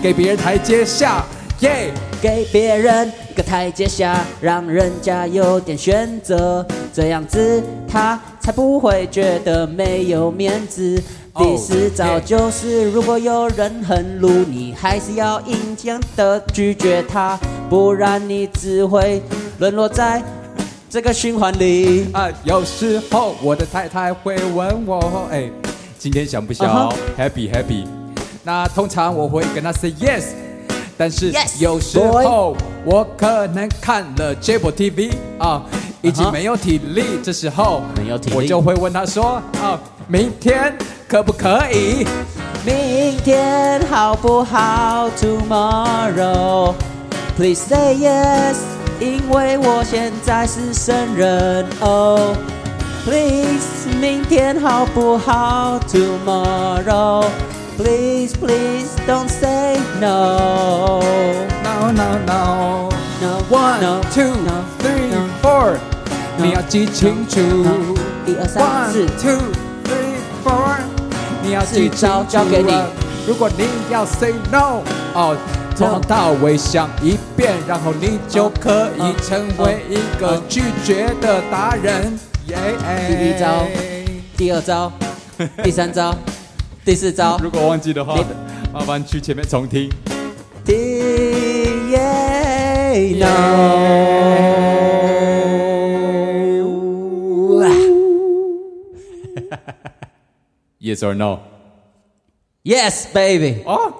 Speaker 2: 给别人台阶下，耶、
Speaker 3: 给别人一个台阶下，让人家有点选择，这样子他才不会觉得没有面子。
Speaker 2: 哦
Speaker 3: 第四招
Speaker 2: yeah
Speaker 3: 就是，如果有人很鲁，你还是要硬强的拒绝他，不然你只会沦落在这个循环里。
Speaker 2: 啊，有时候我的太太会问我，哎，今天想不想、
Speaker 3: 啊哈
Speaker 2: happy happy？那通常我会跟她 say yes，但是
Speaker 3: Yes，
Speaker 2: 有时候我可能看了 cable TV 啊，已经没有体力，这时候
Speaker 3: 没有体力
Speaker 2: 我就会问她说啊，明天可不可以？
Speaker 3: 明天好不好？Tomorrow, please say yes，因为我现在是圣人哦。Please，明天好不好？Tomorrow, please, please don't say no.
Speaker 2: No no no。
Speaker 3: No,
Speaker 2: One
Speaker 3: no,
Speaker 2: two
Speaker 3: no,
Speaker 2: three
Speaker 3: no.
Speaker 2: four，
Speaker 3: no,
Speaker 2: 你要记清楚
Speaker 3: no,。一二三
Speaker 2: One
Speaker 3: 四
Speaker 2: two three four，你要记
Speaker 3: 四招交给
Speaker 2: 清
Speaker 3: 你
Speaker 2: 楚啊。如果你要 say no，哦，从头到尾想一遍，然后你就可以
Speaker 3: 嗯嗯
Speaker 2: 成为一个
Speaker 3: 嗯
Speaker 2: 拒绝的达人。耶！
Speaker 3: 第一招第二招，第三招，第
Speaker 2: <laughs>
Speaker 3: 四招。
Speaker 2: 如果忘记的话
Speaker 3: 你，
Speaker 2: 麻烦去前面重听。
Speaker 3: D A No.
Speaker 2: Yes or no？
Speaker 3: Yes, baby.
Speaker 2: 哦，